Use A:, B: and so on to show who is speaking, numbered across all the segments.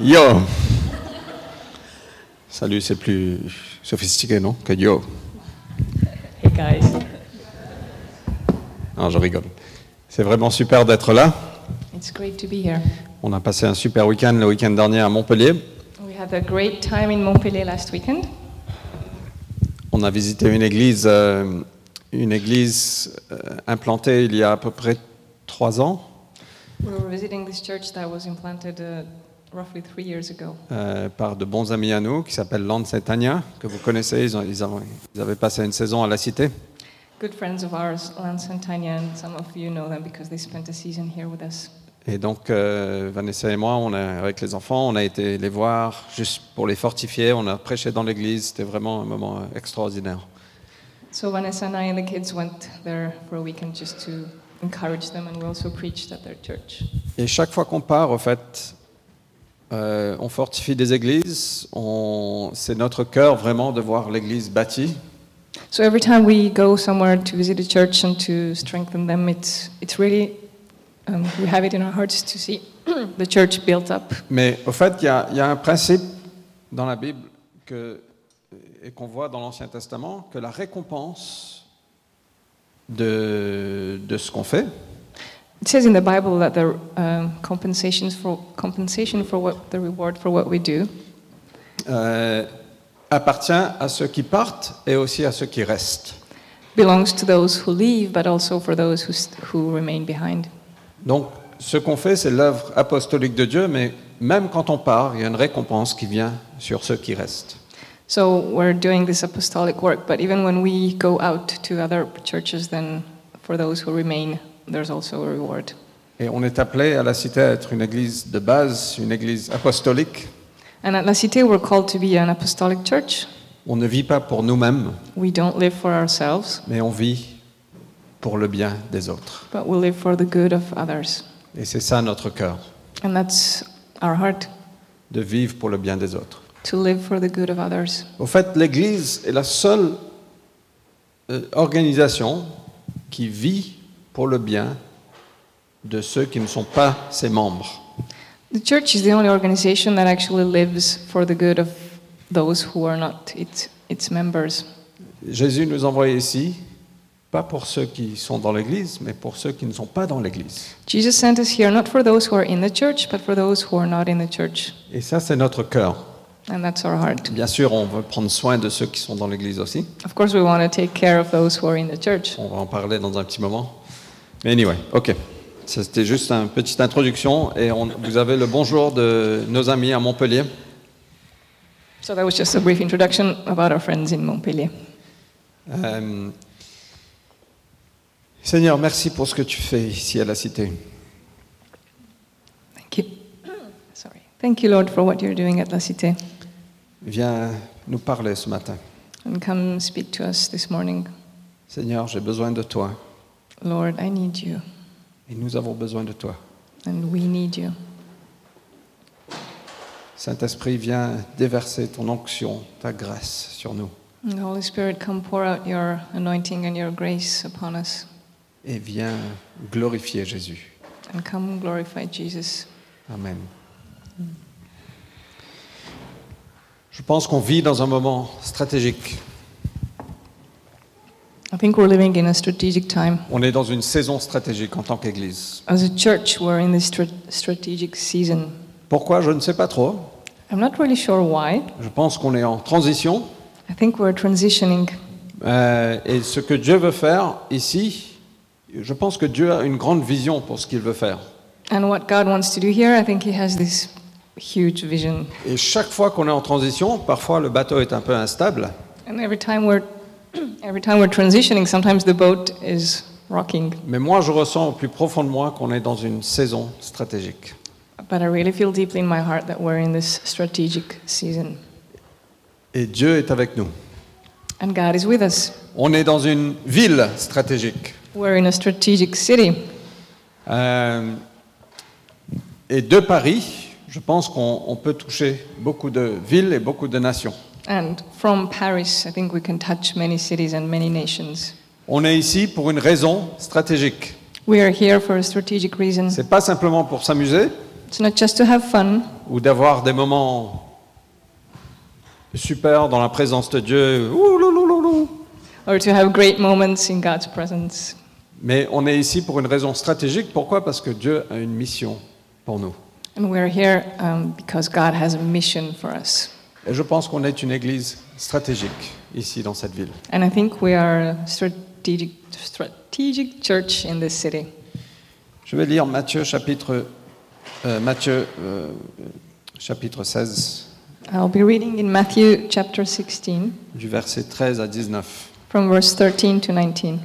A: Yo. Salut, c'est plus sophistiqué, non Que yo.
B: Hey guys.
A: Non, je rigole. C'est vraiment super d'être là.
B: It's great to be here.
A: On a passé un super week-end le week-end dernier à Montpellier.
B: We had a great time in Montpellier last weekend.
A: On a visité une église, euh, une église euh, implantée il y a à peu près trois ans
B: We were visiting this church that was implanted uh, roughly three years ago.
A: euh, par de bons amis à nous qui s'appellent Lancetania, que vous connaissez. Ils, ont- ils ont- ils avaient passé une saison à la cité.
B: Good friends of ours, Lance and Tanya, and some of you know them because they spent a season here with us.
A: Et donc, euh, Vanessa et moi, on a- avec les enfants, on a été les voir juste pour les fortifier. On a prêché dans l'église. C'était vraiment un moment euh, extraordinaire.
B: So Vanessa and I and the kids went there for a weekend just to encourage them, and we also preached at their church.
A: Et chaque fois qu'on part, en fait, euh, on fortifie des églises. On- C'est notre cœur vraiment de voir l'église bâtie.
B: So every time we go somewhere to visit a church and to strengthen them, it's, it's really, um, we have it in our hearts to see the church built up.
A: Mais au fait, il y, a- il y a un principe dans la Bible que, euh, et qu'on voit dans l'Ancien Testament que la récompense de- de ce qu'on fait,
B: It says in the Bible that the um, compensations for compensation for what the reward for what we do
A: euh, appartient à ceux qui partent et aussi à ceux qui restent.
B: belongs to those who leave, but also for those who, st- who remain behind.
A: Donc, ce qu'on fait, c'est l'œuvre apostolique de Dieu, mais même quand on part, il y a une récompense qui vient sur ceux qui restent.
B: So we're doing this apostolic work, but even when we go out to other churches, then for those who remain, there's also a reward.
A: Et on est appelé à la cité à être une église de base, une église apostolique.
B: And at La Cité, we're called to be an apostolic church.
A: On ne vit pas pour nous-mêmes,
B: We don't live for ourselves,
A: mais on vit pour le bien des autres.
B: but we live for the good of others.
A: Et c'est ça notre cœur,
B: And that's our heart,
A: de vivre pour le bien des autres.
B: to live for the good of others.
A: Au fait, l'Église est la seule euh, organisation qui vit pour le bien de ceux qui ne sont pas ses membres.
B: The church is the only organization that actually lives for the good of those who are not its, its members.
A: Jésus nous envoie ici, pas pour ceux qui sont dans l'Église, mais pour ceux qui ne sont pas dans l'Église.
B: Jesus sent us here not for those who are in the church, but for those who are not in the church.
A: Et ça, c'est notre cœur.
B: And that's our heart.
A: Bien sûr, on veut prendre soin de ceux qui sont dans l'Église aussi.
B: Of course, we want to take care of those who are in the church.
A: On va en parler dans un petit moment. Mais anyway, ok. Ça, C'était juste une petite introduction et on- vous avez le bonjour de nos amis à Montpellier.
B: So that was just a brief introduction about our friends in Montpellier.
A: Euh, Seigneur, merci pour ce que tu fais ici à la cité.
B: Thank you. Sorry. Thank you, Lord, for what you're doing at La Cité.
A: Viens nous parler ce matin.
B: And come speak to us this morning.
A: Seigneur, j'ai besoin de toi
B: Lord, I need you,
A: et nous avons besoin de toi.
B: and we need you.
A: Saint-Esprit, viens déverser ton onction, ta grâce sur nous
B: And Holy Spirit, come pour out your anointing and your grace upon us.
A: et viens glorifier Jésus.
B: and come glorify Jesus.
A: Amen. Je pense qu'on vit dans un moment stratégique.
B: I think we're living in a strategic time.
A: On est dans une saison stratégique en tant qu'Église.
B: As a church, we're in this stra- strategic season.
A: Pourquoi Je ne sais pas trop.
B: I'm not really sure why.
A: Je pense qu'on est en transition.
B: I think we're transitioning.
A: Euh, et ce que Dieu veut faire ici, je pense que Dieu a une grande vision pour ce qu'il veut faire.
B: And what God wants to do here, I think He has this huge vision.
A: Et chaque fois qu'on est en transition, parfois le bateau est un peu instable.
B: And every time we're every time we're transitioning, sometimes the boat is rocking.
A: Mais moi, je ressens au plus profond de moi qu'on est dans une saison stratégique.
B: But I really feel deeply in my heart that we're in this strategic season.
A: Et Dieu est avec nous.
B: And God is with us.
A: On est dans une ville stratégique.
B: We're in a strategic city.
A: Euh, et de Paris, je pense qu'on on peut toucher beaucoup de villes et beaucoup de nations.
B: And from Paris, I think we can touch many cities and many nations.
A: On est ici pour une raison stratégique.
B: We are here for a strategic reason.
A: C'est pas simplement pour s'amuser,
B: It's not just to have fun,
A: ou d'avoir des moments super dans la présence de Dieu. ouh, lou, lou, lou, lou.
B: or to have great moments in God's presence.
A: Mais on est ici pour une raison stratégique. Pourquoi Parce que Dieu a une mission pour nous.
B: And we're here um, because God has a mission for us.
A: Et je pense qu'on est une église stratégique ici dans cette ville.
B: And I think we are a strategic, strategic church in this city.
A: Je vais lire Matthieu chapitre, euh, Matthieu, euh, chapitre 16,
B: I'll be reading in Matthew chapter 16,
A: du verset 13 à 19.
B: from verse 13 to 19.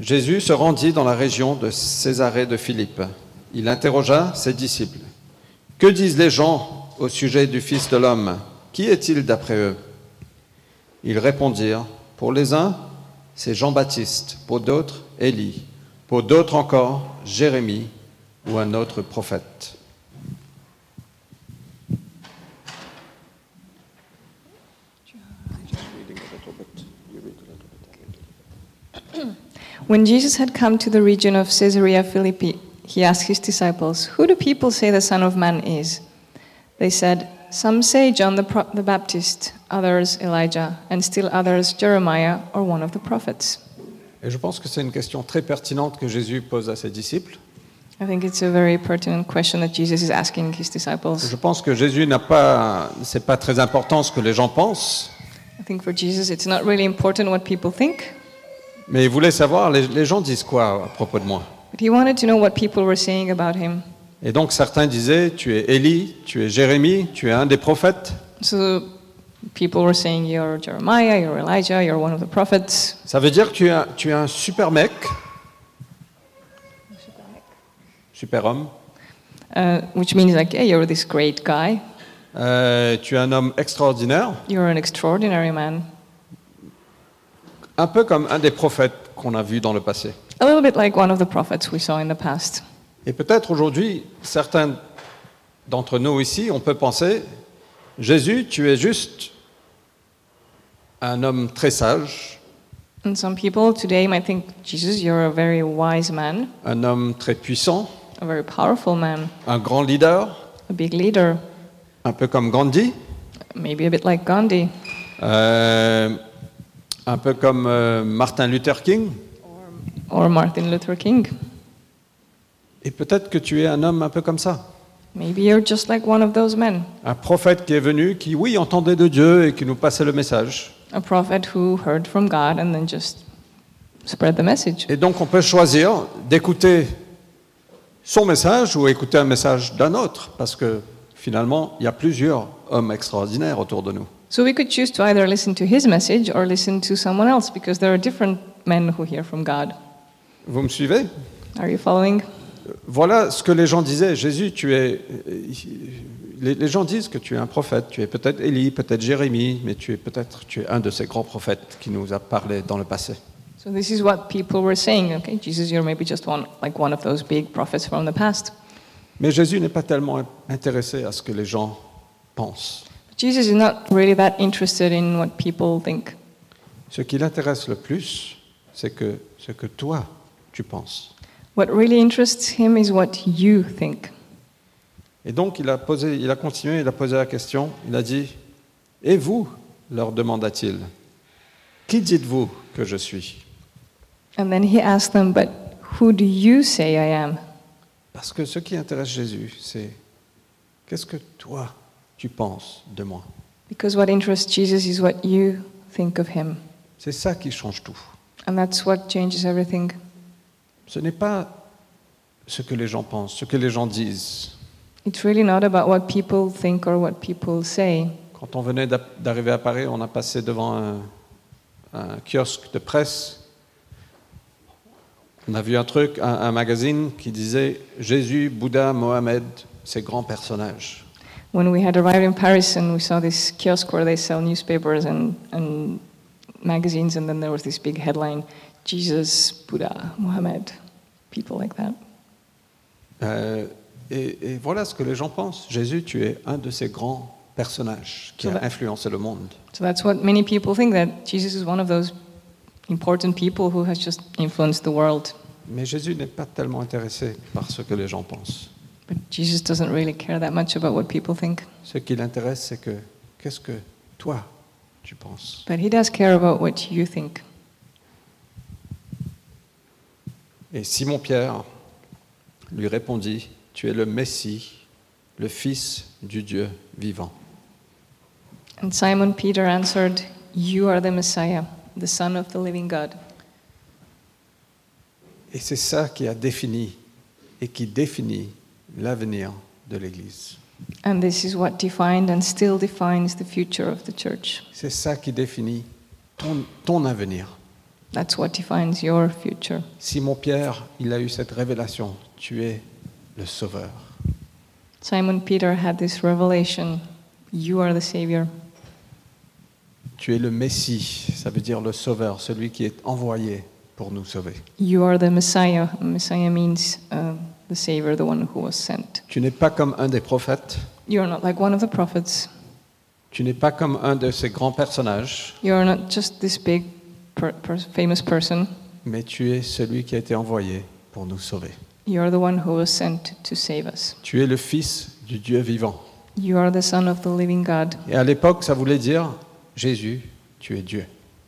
A: Jésus se rendit dans la région de Césarée de Philippe. Il interrogea ses disciples. Que disent les gens au sujet du Fils de l'homme Qui est-il d'après eux Ils répondirent, Pour les uns, c'est Jean-Baptiste, pour d'autres, Élie, pour d'autres encore, Jérémie ou un autre prophète.
B: When Jesus had come to the region of Caesarea Philippi, he asked his disciples, Who do people say the Son of Man is? They said, Some say John the, Pro- the Baptist, others Elijah, and still others Jeremiah or one of the prophets.
A: Et je pense que c'est une question très pertinente que Jésus pose à ses disciples.
B: I think it's a very pertinent question that Jesus is asking his disciples.
A: Je pense que Jésus n'a pas, c'est pas très important ce que les gens pensent,
B: I think for Jesus, it's not really important what people think,
A: mais il voulait savoir les, les gens disent quoi à propos de moi.
B: but he wanted to know what people were saying about him.
A: Et donc certains disaient tu es Élie, tu es Jérémie, tu es un des prophètes.
B: So people were saying, You're Jeremiah, you're Elijah, you're one of the prophets.
A: Ça veut dire que tu es un, tu es un super mec, super homme.
B: Uh, which means like, yeah, you're this great guy.
A: Euh, tu es un homme extraordinaire,
B: You're an extraordinary man.
A: un peu comme un des prophètes qu'on a vu dans le passé.
B: A little bit like one of the prophets we saw in the past.
A: Et peut-être aujourd'hui, certains d'entre nous ici, on peut penser, Jésus, tu es juste un homme très sage,
B: And some people today might think, Jesus, you're a very wise man,
A: un homme très puissant,
B: a very powerful man,
A: un grand leader,
B: a big leader,
A: un peu comme Gandhi,
B: maybe a bit like Gandhi
A: euh, un peu comme euh, Martin Luther King.
B: or Martin Luther King.
A: Et peut-être que tu es un homme un peu comme ça,
B: Maybe you're just like one of those men,
A: un prophète qui est venu, qui, oui, entendait de Dieu et qui nous passait le message.
B: a prophet who heard from God and then just spread the message.
A: Et donc on peut choisir d'écouter son message ou écouter un message d'un autre, parce que finalement, il y a plusieurs hommes extraordinaires autour de nous.
B: So we could choose to either listen to his message or listen to someone else because there are different men who hear from God.
A: Vous me suivez
B: Are you following?
A: Voilà ce que les gens disaient. Jésus, tu es... euh, Les les gens disent que tu es un prophète, tu es peut-être Élie, peut-être Jérémie, mais tu es peut-être tu es un de ces grands prophètes qui nous a parlé dans le passé.
B: So this is what people were saying. Okay, Jesus, you're maybe just one like one of those big prophets from the past.
A: Mais Jésus n'est pas tellement intéressé à ce que les gens pensent.
B: But Jesus is not really that interested in what people think.
A: Ce qui l'intéresse le plus, c'est que ce que toi, tu penses.
B: What really interests him is what you think.
A: Et donc il a, posé, il a continué, il a posé la question, il a dit, Et vous leur demanda-t-il, qui dites-vous que je suis
B: And then he asked them, "But who do you say I am?"
A: Parce que ce qui intéresse Jésus, c'est qu'est-ce que toi tu penses de moi
B: Because what interests Jesus is what you think of him.
A: C'est ça qui change tout.
B: And that's what changes everything.
A: Ce n'est pas ce que les gens pensent, ce que les gens disent.
B: It's really not about what people think or what people say.
A: Quand on venait d'ap- d'arriver à Paris, on a passé devant un, un kiosque de presse. On a vu un truc, un, un magazine qui disait Jésus, Bouddha, Mohamed, ces grands personnages.
B: When we had arrived in Paris and we saw this kiosk where they sell newspapers and, and magazines, and then there was this big headline Jesus, Buddha, Mohammed, people like that.
A: Euh, et, et voilà ce que les gens pensent. Jésus, tu es un de ces grands personnages qui a influencé le monde.
B: So that's what many people think that Jesus is one of those important people who has just influenced the world.
A: Mais Jésus n'est pas tellement intéressé par ce que les gens pensent.
B: But Jesus doesn't really care that much about what people think.
A: Ce qui l'intéresse, c'est que qu'est-ce que toi tu penses
B: But he does care about what you think.
A: Et Simon Pierre lui répondit Tu es le Messie, le Fils du Dieu vivant.
B: And Simon Peter answered, You are the Messiah, the Son of the living God.
A: Et c'est ça qui a défini et qui définit l'avenir de l'Église.
B: And this is what defined and still defines the future of the church.
A: C'est ça qui définit ton, ton avenir.
B: That's what defines your future.
A: Simon Pierre, il a eu cette révélation Tu es le Sauveur.
B: Simon Peter had this revelation You are the Savior.
A: Tu es le Messie, ça veut dire le Sauveur, celui qui est envoyé pour nous sauver.
B: You are the Messiah. Messiah means uh, the Savior, the one who was sent.
A: Tu n'es pas comme un des prophètes,
B: You are not like one of the prophets.
A: tu n'es pas comme un de ces grands personnages,
B: You are not just this big, per- per- famous person.
A: mais tu es celui qui a été envoyé pour nous sauver.
B: You are the one who was sent to save us.
A: Tu es le Fils du Dieu vivant.
B: You are the Son of the living God.
A: Et à l'époque, ça voulait dire Jésus, tu es Dieu.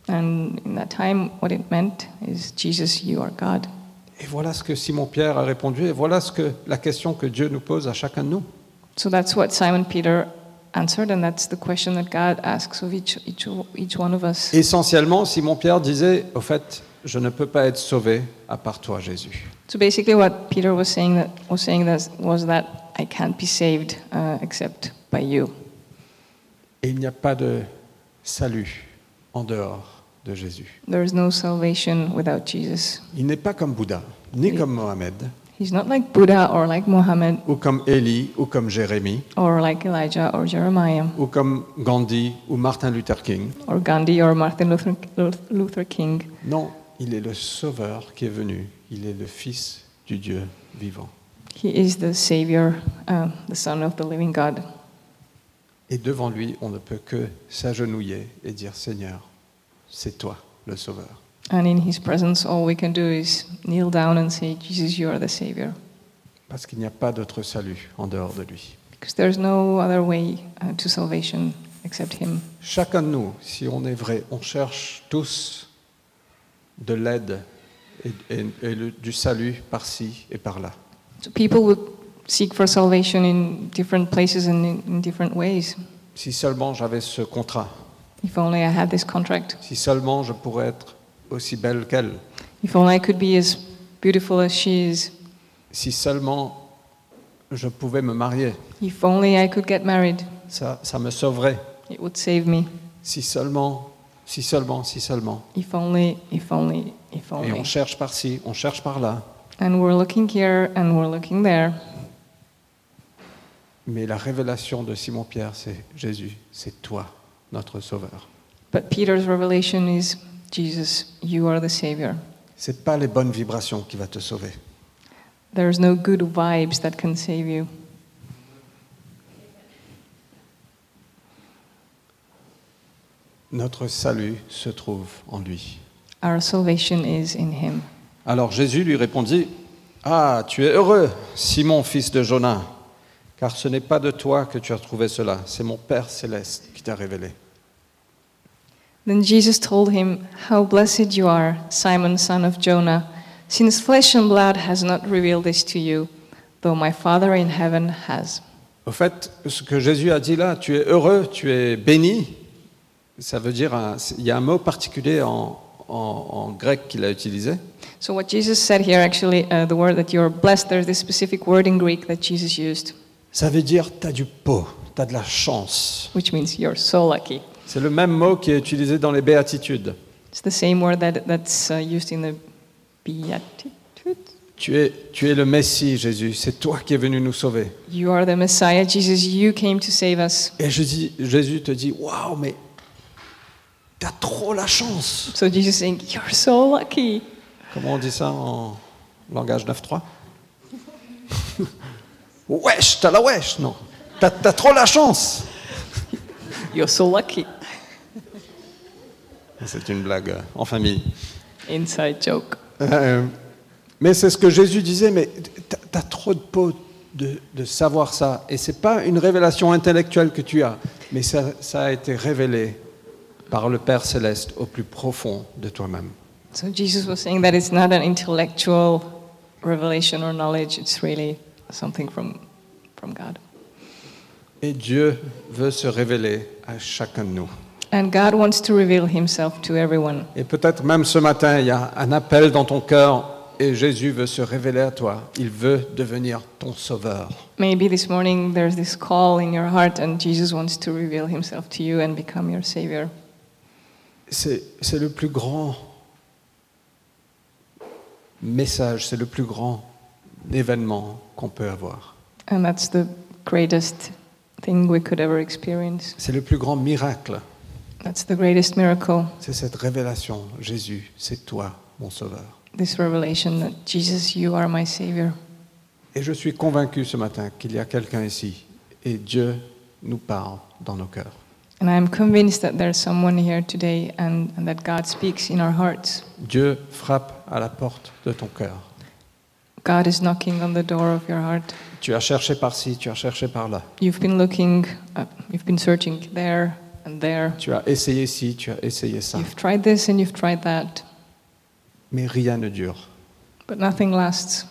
B: And in that time, what it meant is Jesus, you are God.
A: Et voilà ce que Simon Pierre a répondu, et voilà ce que la question que Dieu nous pose à chacun de nous.
B: So that's what Simon Peter answered, and that's the question that God asks of each, each, each one of us.
A: Essentiellement, Simon Pierre disait Au fait, je ne peux pas être sauvé à part toi, Jésus.
B: So basically, what Peter was saying that was saying that was that I can't be saved uh, except by you.
A: Et il n'y a pas de salut en dehors de Jésus.
B: There is no salvation without Jesus.
A: Il n'est pas comme Bouddha, ni comme Mohamed,
B: He's not like Buddha or like Mohammed
A: ou comme Élie, ou comme Jérémie,
B: or like Elijah or Jeremiah
A: ou comme Gandhi ou Martin Luther King.
B: or Gandhi or Martin Luther, Luther King.
A: Non, il est le Sauveur qui est venu. Il est le Fils du Dieu vivant.
B: He is the Savior, uh, the Son of the Living God.
A: Et devant lui, on ne peut que s'agenouiller et dire Seigneur, c'est toi le Sauveur.
B: And in His presence, all we can do is kneel down and say, Jesus, you are the Savior.
A: Parce qu'il n'y a pas d'autre salut en dehors de lui.
B: Because there's no other way uh, to salvation except Him.
A: Chacun de nous, si on est vrai, on cherche tous de l'aide et, et- et le- du salut par-ci et par-là.
B: So people would seek for salvation in different places and in, in different ways.
A: Si seulement j'avais ce contrat,
B: If only I had this contract.
A: si seulement je pourrais être aussi belle qu'elle,
B: If only I could be as beautiful as she is.
A: si seulement je pouvais me marier,
B: If only I could get married.
A: ça, ça me sauverait.
B: It would save me.
A: Si seulement, si seulement, si seulement.
B: If only, if only, if
A: Et
B: only.
A: on cherche par-ci, on cherche par-là.
B: And we're looking here and we're looking there.
A: Mais la révélation de Simon-Pierre, c'est Jésus, c'est toi, notre Sauveur.
B: But Peter's revelation is Jesus, you are the Savior.
A: C'est pas les bonnes vibrations qui va te sauver.
B: There's no good vibes that can save you.
A: Notre salut se trouve en lui.
B: Our salvation is in Him.
A: Alors Jésus lui répondit Ah, tu es heureux, Simon, fils de Jonas, car ce n'est pas de toi que tu as trouvé cela, c'est mon Père céleste qui t'a révélé.
B: Then Jesus told him, How blessed you are, Simon, son of Jonah, since flesh and blood has not revealed this to you, though my Father in heaven has.
A: Au fait, ce que Jésus a dit là, tu es heureux, tu es béni, ça veut dire, un- il y a un mot particulier en, en- en grec qu'il a utilisé,
B: So, what Jesus said here, actually, uh, the word that you're blessed, there's this specific word in Greek that Jesus used,
A: ça veut dire, tu as du pot, tu as de la chance.
B: which means you're so lucky.
A: C'est le même mot qui est utilisé dans les béatitudes.
B: It's the same word that, that's uh, used in the Beatitude.
A: Tu es, tu es le Messie, Jésus, c'est toi qui es venu nous sauver.
B: You are the Messiah, Jesus, you came to save us.
A: Et je dis- Jésus te dit, waouh, mais t'as trop la chance.
B: So, Jesus saying, You're so lucky.
A: Comment on dit ça en langage 9.3 Wesh, t'as la wesh, non. T'as t'as trop la chance.
B: You're so lucky.
A: C'est une blague euh, en famille.
B: Inside joke.
A: Euh, Mais c'est ce que Jésus disait, mais tu as trop de peau de, de savoir ça. Et ce n'est pas une révélation intellectuelle que tu as, mais ça, ça a été révélé par le Père céleste au plus profond de toi-même.
B: So Jesus was saying that it's not an intellectual revelation or knowledge, it's really something from, from God.
A: Et Dieu veut se révéler à chacun de nous.
B: And God wants to reveal himself to everyone.
A: Et peut-être même ce matin, il y a un appel dans ton cœur et Jésus veut se révéler à toi. Il veut devenir ton sauveur.
B: Maybe this morning there's this call in your heart and Jesus wants to reveal himself to you and become your savior.
A: C'est c'est le plus grand message, c'est le plus grand événement qu'on peut avoir.
B: And that's the greatest thing we could ever experience.
A: C'est le plus grand miracle.
B: That's the greatest miracle,
A: C'est cette révélation. Jésus, c'est toi, mon sauveur.
B: this revelation that Jesus, you are my savior.
A: Et je suis convaincu ce matin qu'il y a quelqu'un ici et Dieu nous parle dans nos cœurs.
B: And I'm convinced that there's someone here today and, and that God speaks in our hearts.
A: Dieu frappe à la porte de ton cœur.
B: God is knocking on the door of your heart.
A: Tu as cherché par-ci, tu as cherché par-là.
B: You've been looking, uh, you've been searching there and there.
A: Tu as essayé ci, tu as essayé ça.
B: You've tried this and you've tried that,
A: Mais rien ne dure.
B: but nothing lasts.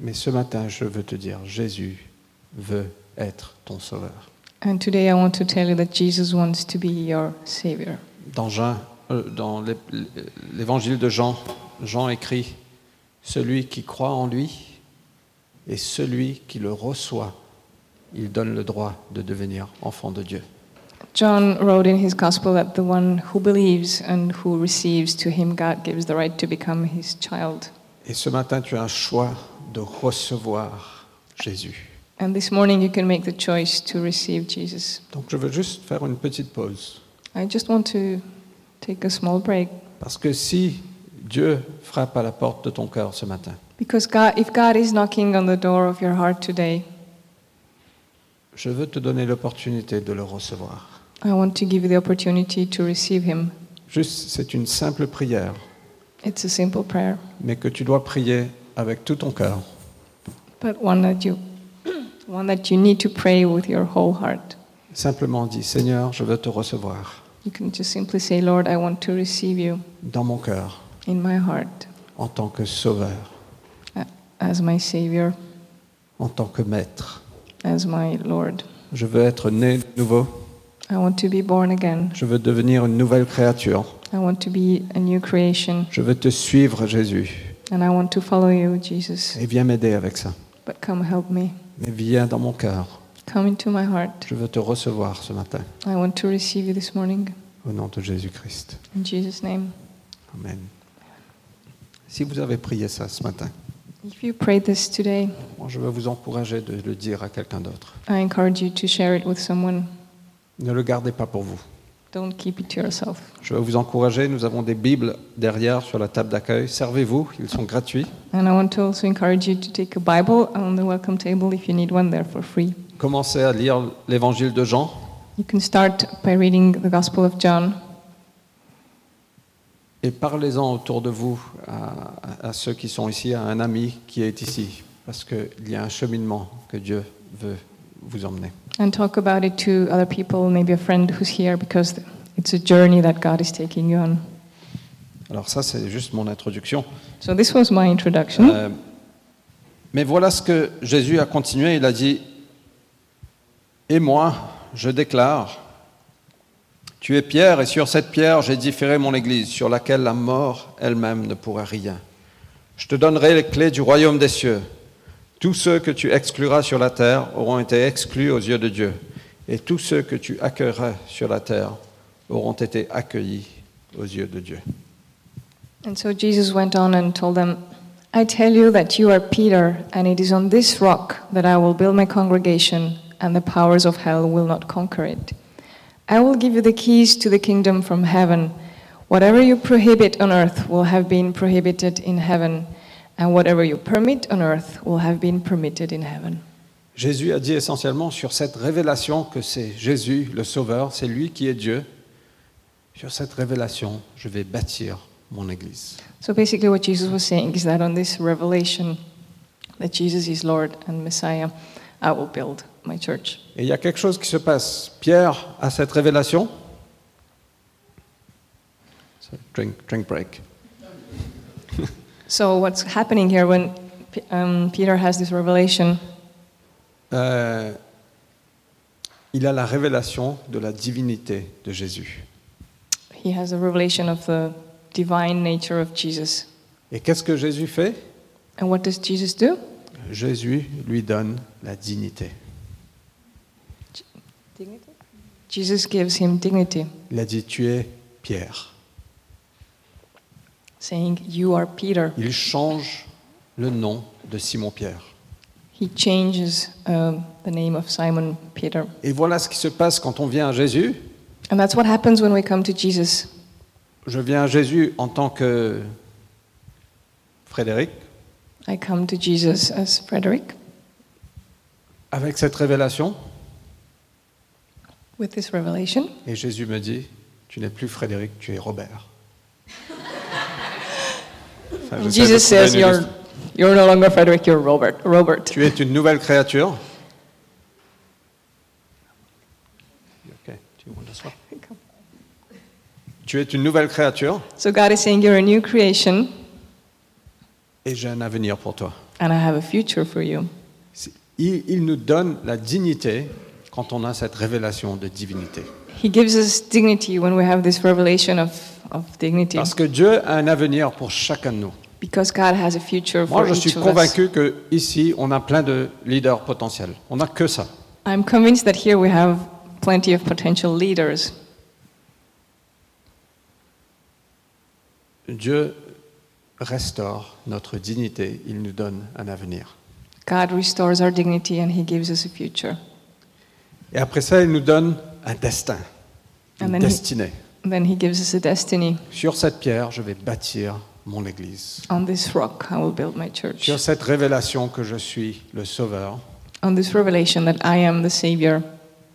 A: Mais ce matin, je veux te dire, Jésus veut être ton sauveur.
B: And today I want to tell you that Jesus wants to be your savior.
A: Dans Jean, euh, dans l'ép- l'évangile de Jean, Jean écrit, Celui qui croit en lui et celui qui le reçoit, il donne le droit de devenir enfant de Dieu.
B: John wrote in his gospel that the one who believes and who receives to him God gives the right to become his child.
A: Et ce matin, tu as un choix de recevoir Jésus.
B: And this morning you can make the choice to receive Jesus.
A: Donc je veux juste faire une petite pause.
B: I just want to take a small break
A: Parce que si Dieu frappe à la porte de ton cœur ce matin,
B: because God, if God is knocking on the door of your heart today,
A: je veux te donner l'opportunité de le recevoir.
B: I want to give you the opportunity to receive him.
A: Juste, c'est une simple prière,
B: It's a simple prayer,
A: mais que tu dois prier avec tout ton cœur.
B: but one that you one that you need to pray with your whole heart.
A: Simplement dis, Seigneur, je veux te recevoir
B: You can just simply say, Lord, I want to receive you
A: dans mon cœur
B: in my heart
A: en tant que sauveur,
B: a- as my Savior,
A: en tant que maître.
B: as my Lord.
A: Je veux être né de nouveau.
B: I want to be born again.
A: Je veux devenir une nouvelle créature.
B: I want to be a new creation.
A: Je veux te suivre, Jésus.
B: And I want to follow you, Jesus.
A: Et viens m'aider avec ça.
B: But come help me.
A: Mais viens dans mon cœur.
B: Come into my heart.
A: Je veux te recevoir ce matin.
B: I want to receive you this morning.
A: Au nom de Jésus-Christ.
B: In Jesus' name.
A: Amen. Si vous avez prié ça ce matin,
B: If you prayed this today,
A: moi, je veux vous encourager de le dire à quelqu'un d'autre.
B: I encourage you to share it with someone.
A: Ne le gardez pas pour vous.
B: Don't keep it to yourself.
A: Je veux vous encourager. Nous avons des Bibles derrière sur la table d'accueil. Servez-vous, ils sont gratuits.
B: And I want to also encourage you to take a Bible on the welcome table if you need one there for free.
A: Commencez à lire l'évangile de Jean
B: You can start by reading the Gospel of John
A: et parlez-en autour de vous à, à ceux qui sont ici, à un ami qui est ici, parce qu'il y a un cheminement que Dieu veut vous emmener.
B: and talk about it to other people, maybe a friend who's here, because it's a journey that God is taking you on.
A: Alors ça, c'est juste mon introduction.
B: So, this was my introduction.
A: Euh, mais voilà ce que Jésus a continué. Il a dit, et moi, je déclare, tu es pierre, et sur cette pierre, j'édifierai mon Église, sur laquelle la mort elle-même ne pourra rien. Je te donnerai les clés du royaume des cieux. Tous ceux que tu excluras sur la terre auront été exclus aux yeux de Dieu, et tous ceux que tu accueilleras sur la terre auront été accueillis aux yeux de Dieu.
B: And so Jesus went on and told them, I tell you that you are Peter, and it is on this rock that I will build my congregation, and the powers of hell will not conquer it. I will give you the keys to the kingdom from heaven. Whatever you prohibit on earth will have been prohibited in heaven, and whatever you permit on earth will have been permitted in heaven.
A: Jésus a dit essentiellement sur cette révélation que c'est Jésus le Sauveur, c'est lui qui est Dieu. Sur cette révélation, je vais bâtir mon Église.
B: So basically, what Jesus was saying is that on this revelation that Jesus is Lord and Messiah, I will build my church.
A: Et il y a quelque chose qui se passe. Pierre a cette révélation. So, drink, drink break.
B: So, what's happening here when P- um, Peter has this revelation?
A: Euh, il a la révélation de la divinité de Jésus.
B: He has a revelation of the divine nature of Jesus.
A: Et qu'est-ce que Jésus fait
B: And what does Jesus do?
A: Jésus lui donne la dignité.
B: Dignity. Jesus gives him dignity,
A: Il a dit, tu es Pierre.
B: saying, You are Peter.
A: Il change le nom de Simon-Pierre.
B: He changes um, the name of Simon Peter.
A: Et voilà ce qui se passe quand on vient à Jésus.
B: And that's what happens when we come to Jesus.
A: Je viens à Jésus en tant que Frédéric,
B: I come to Jesus as Frederick
A: avec cette révélation.
B: with this revelation.
A: Et Jésus me dit, tu n'es plus Frédéric, tu es Robert. Enfin, j'essaie de trouver
B: Jesus says,
A: une
B: you're,
A: illustration.
B: you're no longer Frederick, you're Robert. Robert.
A: Tu es une nouvelle créature. Okay, do you want this one? Tu es une nouvelle créature
B: So God is saying, You're a new creation,
A: et j'ai un avenir pour toi.
B: and I have a future for you.
A: C'est- Il, il nous donne la dignité quand on a cette révélation de divinité.
B: He gives us dignity when we have this revelation of, of dignity,
A: Parce que Dieu a un avenir pour chacun de nous.
B: because God has a future
A: Moi, je
B: for each
A: suis
B: of us.
A: convaincu que ici, on a plein de leaders potentiels. On n'a que ça.
B: I'm convinced that here we have plenty of potential leaders.
A: Dieu restaure notre dignité. Il nous donne un avenir.
B: God restores our dignity and He gives us a future.
A: Et après ça, il nous donne un destin, une
B: Amen.
A: destinée.
B: And then He gives us a destiny.
A: Sur cette pierre, je vais bâtir mon église.
B: On this rock I will build my church.
A: Sur cette révélation que je suis le sauveur,
B: On this revelation that I am the Savior,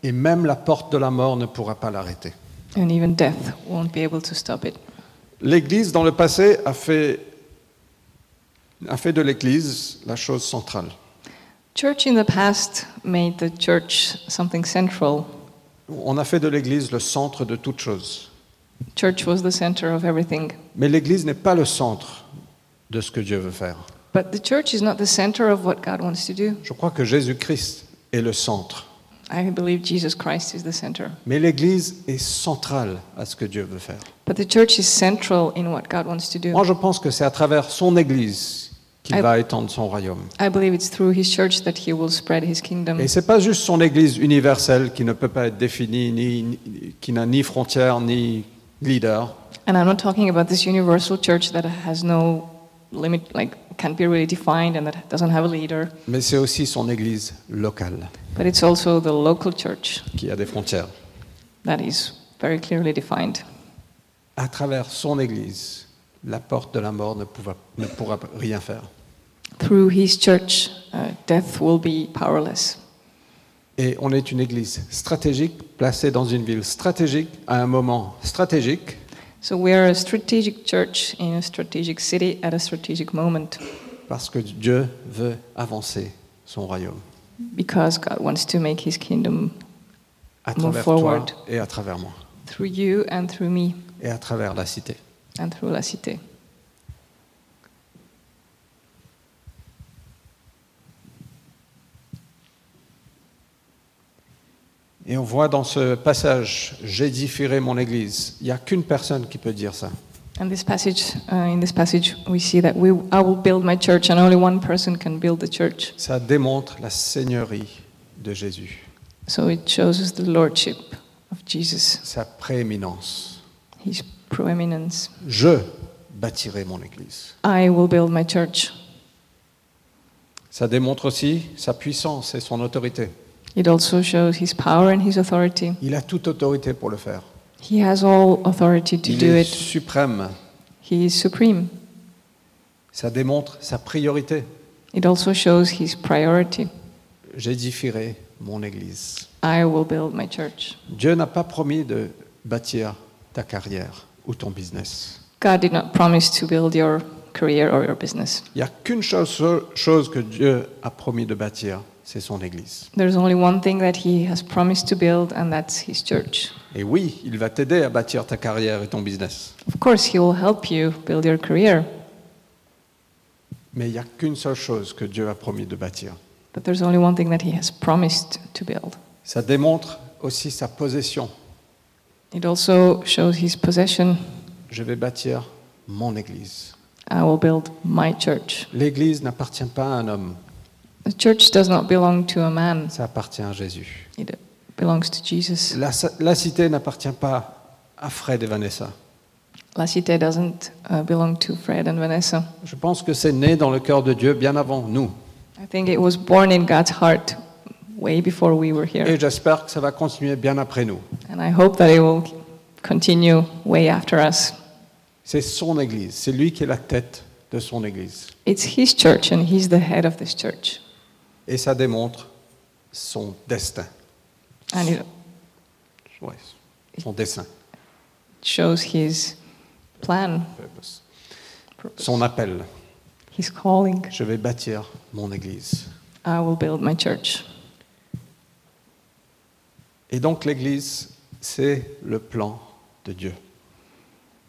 A: et même la porte de la mort ne pourra pas l'arrêter.
B: and even death won't be able to stop it.
A: L'église, dans le passé, a fait, a fait de l'église la chose centrale.
B: Church in the past made the church something central.
A: On a fait de l'église le centre de toute chose.
B: Church was the center of everything.
A: Mais l'église n'est pas le centre de ce que Dieu veut faire.
B: But the church is not the center of what God wants to do.
A: Je crois que Jésus-Christ est le centre.
B: I believe Jesus Christ is the center.
A: Mais l'église est centrale à ce que Dieu veut faire.
B: But the church is central in what God wants to
A: Moi,
B: do.
A: je pense que c'est à travers son église qu'il
B: I-
A: va étendre son royaume.
B: I believe it's through his church that he will spread his kingdom.
A: Et c'est pas juste son église universelle qui ne peut pas être définie, ni, ni- qui n'a ni frontières, ni leader.
B: And I'm not talking about this universal church that has no limit, like can't be really defined and that doesn't have a leader.
A: Mais c'est aussi son église locale
B: But it's also the local church
A: qui a des frontières.
B: that is very clearly defined.
A: À travers son église, la porte de la mort ne, pouva- ne pourra rien faire.
B: Through his church, uh, death will be powerless.
A: Et on est une église stratégique, placée dans une ville stratégique, à un moment stratégique,
B: So we're a strategic church in a strategic city at a strategic moment
A: parce que Dieu veut avancer son royaume.
B: because God wants to make his kingdom
A: À
B: Move
A: travers toi
B: forward.
A: et à travers moi.
B: through you and through me
A: Et à travers la cité.
B: and through La Cité.
A: Et on voit dans ce passage, j'édifierai mon église. Il n'y a qu'une personne qui peut dire ça.
B: And this passage, uh, in this passage, we see that we, I will build my church, and only one person can build the church.
A: Ça démontre la seigneurie de Jésus,
B: So it shows us the lordship of Jesus,
A: sa prééminence.
B: his preeminence.
A: Je bâtirai mon église.
B: I will build my church.
A: Ça démontre aussi sa puissance et son autorité.
B: It also shows his power and his authority.
A: Il a toute autorité pour le faire.
B: He has all authority to
A: Il
B: do
A: est
B: it.
A: suprême.
B: He is supreme.
A: Ça démontre sa priorité.
B: It also shows his priority.
A: J'édifierai mon église.
B: I will build my church.
A: Dieu n'a pas promis de bâtir ta carrière ou ton business.
B: God did not promise to build your career or your business.
A: Il n'y a qu'une chose, seule chose que Dieu a promis de bâtir, c'est son Église.
B: There's only one thing that He has promised to build, and that's His church.
A: Et oui, il va t'aider à bâtir ta carrière et ton business.
B: Of course, He will help you build your career,
A: Mais il n'y a qu'une seule chose que Dieu a promis de bâtir.
B: but there's only one thing that He has promised to build.
A: Ça démontre aussi sa possession.
B: It also shows His possession.
A: Je vais bâtir mon Église.
B: I will build my church.
A: L'Église n'appartient pas à un homme,
B: The church does not belong to a man,
A: ça appartient à Jésus.
B: it belongs to Jesus.
A: La, la cité n'appartient pas à Fred et Vanessa.
B: La Cité doesn't uh, belong to Fred and Vanessa.
A: Je pense que c'est né dans le cœur de Dieu bien avant nous.
B: I think it was born in God's heart way before we were here.
A: Et j'espère que ça va continuer bien après nous.
B: And I hope that it will continue way after us.
A: C'est son Église, c'est lui qui est la tête de son Église.
B: It's His church, and He's the head of this church.
A: Et ça démontre son destin.
B: And it
A: Ouais, son dessein,
B: shows His plan,
A: purpose.
B: purpose,
A: son appel.
B: His calling.
A: Je vais bâtir mon Église.
B: I will build my church.
A: Et donc l'Église, c'est le plan de Dieu.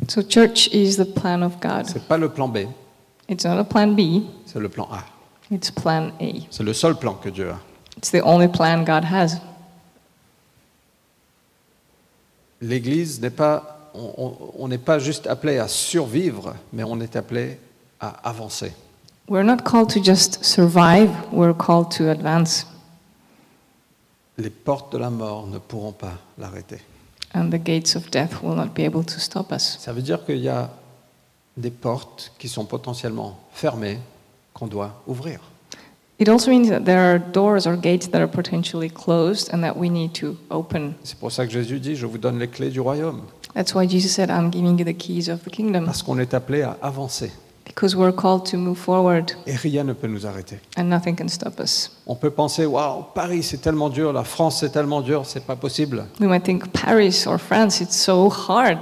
B: So, church is the plan of God.
A: C'est pas le plan B,
B: It's not a plan B,
A: c'est le plan A.
B: it's plan A.
A: C'est le seul plan que Dieu a.
B: It's the only plan God has.
A: L'Église n'est pas, on- on on n'est pas juste appelé à survivre, mais on est appelé à avancer.
B: We're not called to just survive, we're called to advance.
A: Les portes de la mort ne pourront pas l'arrêter.
B: And the gates of death will not be able to stop us.
A: Ça veut dire qu'il y a des portes qui sont potentiellement fermées qu'on doit ouvrir.
B: It also means that there are doors or gates that are potentially closed and that we need to open.
A: C'est pour ça que Jésus dit, je vous donne les clés du royaume,
B: That's why Jesus said, I'm giving you the keys of the kingdom,
A: parce qu'on est appelé à avancer
B: because we're called to move forward
A: et rien ne peut nous arrêter.
B: and nothing can stop us.
A: On peut penser, waouh, Paris c'est tellement dur, la France c'est tellement dur, c'est pas possible.
B: We might think Paris or France, it's so hard.